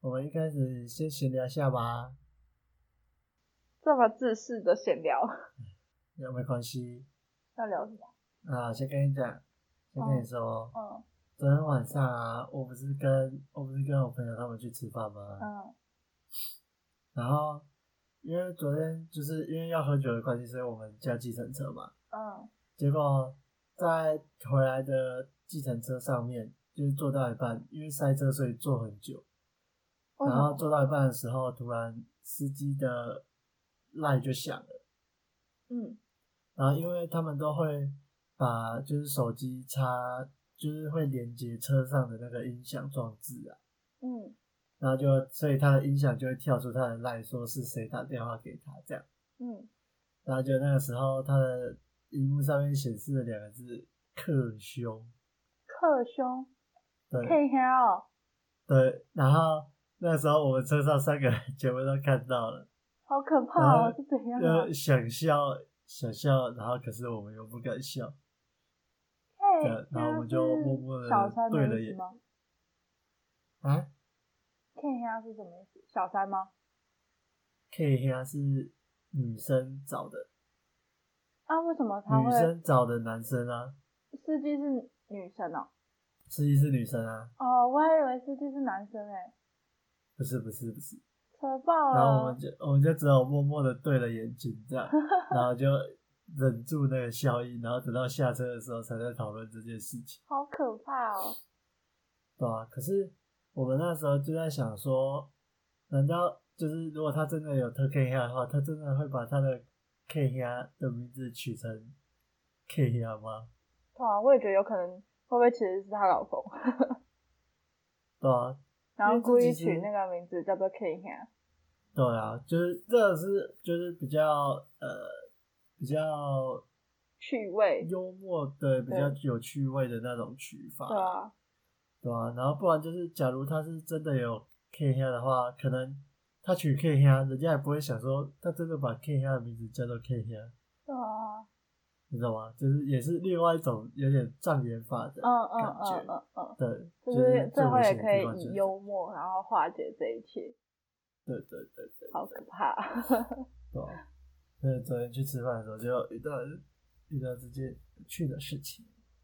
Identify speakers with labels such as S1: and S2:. S1: 我们一开始先闲聊一下吧，
S2: 这么自私的闲聊，
S1: 也没关系。
S2: 要聊什么？
S1: 啊，先跟你讲，先跟你说，
S2: 嗯
S1: 昨天晚上啊，我不是跟我不是跟我朋友他们去吃饭吗？
S2: 嗯
S1: 然后因为昨天就是因为要喝酒的关系，所以我们叫计程车嘛。
S2: 嗯
S1: 结果在回来的计程车上面，就是坐到一半，因为塞车，所以坐很久。
S2: 为什
S1: 然后
S2: 么，
S1: 坐到一半的时候，突然司机的赖就响了。
S2: 嗯
S1: 然后因为他们都会把就是手机插，就是会连接车上的那个音响装置啊，
S2: 嗯
S1: 然后就所以他的音响就会跳出他的赖，说是谁打电话给他这样。
S2: 嗯，
S1: 然后就那个时候，他的荧幕上面显示了两个字“克凶
S2: 克兄”，
S1: 对
S2: 可以听哦，
S1: 对。然后那时候我们车上三个人全部都看到了，
S2: 好可怕
S1: 呃
S2: 哦，是怎样啊
S1: 就？想笑想笑，然后可是我们又不敢笑。
S2: 嘿
S1: 呃然后我们就默默地
S2: 是小三
S1: 对
S2: 的
S1: 了
S2: 意
S1: 眼
S2: 思吗？
S1: 啊
S2: 可以听啊是什么意思？小三吗？
S1: ，K 他是女生找的，
S2: 啊，为什么他
S1: 女
S2: 会？
S1: 生找的男生啊，
S2: 司机是女生哦，
S1: 司机是女生啊，
S2: 哦，我还以为司机是男生诶，
S1: 不是不是不是。
S2: 扯爆
S1: 然后我们
S2: 了，
S1: 就我们就只有默默的对了眼睛这样，然后就忍住那个笑意，然后等到下车的时候才在讨论这件事情，
S2: 好可怕哦，
S1: 对吧、可是我们那时候就在想说，难道就是如果他真的有特 K 虾的话，他真的会把他的 K 虾的名字取成 K 虾吗？
S2: 对啊，我也觉得有可能，会不会其实是她老公？
S1: 对啊，
S2: 然后
S1: 因为
S2: 故
S1: 这
S2: 意
S1: 其
S2: 取
S1: 实
S2: 那个名字叫做 K 呀，
S1: 对啊，就是这个是就是比较呃比较
S2: 趣味，
S1: 幽默对比较
S2: 对
S1: 有趣味的那种取法，
S2: 对啊，
S1: 对啊，然后不然就是，假如他是真的有 K 黑的话，可能他取 K 黑，人家也不会想说他真的把 K 黑的名字叫做 K 黑，
S2: 对啊，
S1: 你知道吗？就是也是另外一种有点障眼法的
S2: 嗯嗯
S1: 感觉
S2: 嗯嗯嗯，
S1: 对，
S2: 就
S1: 就是
S2: 是最后
S1: 危
S2: 也
S1: 险的
S2: 可
S1: 地方
S2: 以
S1: 就
S2: 以
S1: 是
S2: 幽默然后化解这一切，
S1: 对对对对
S2: 好 可怕，
S1: 对啊。所以昨天去吃饭的时候就遇到遇到这件有趣的事情，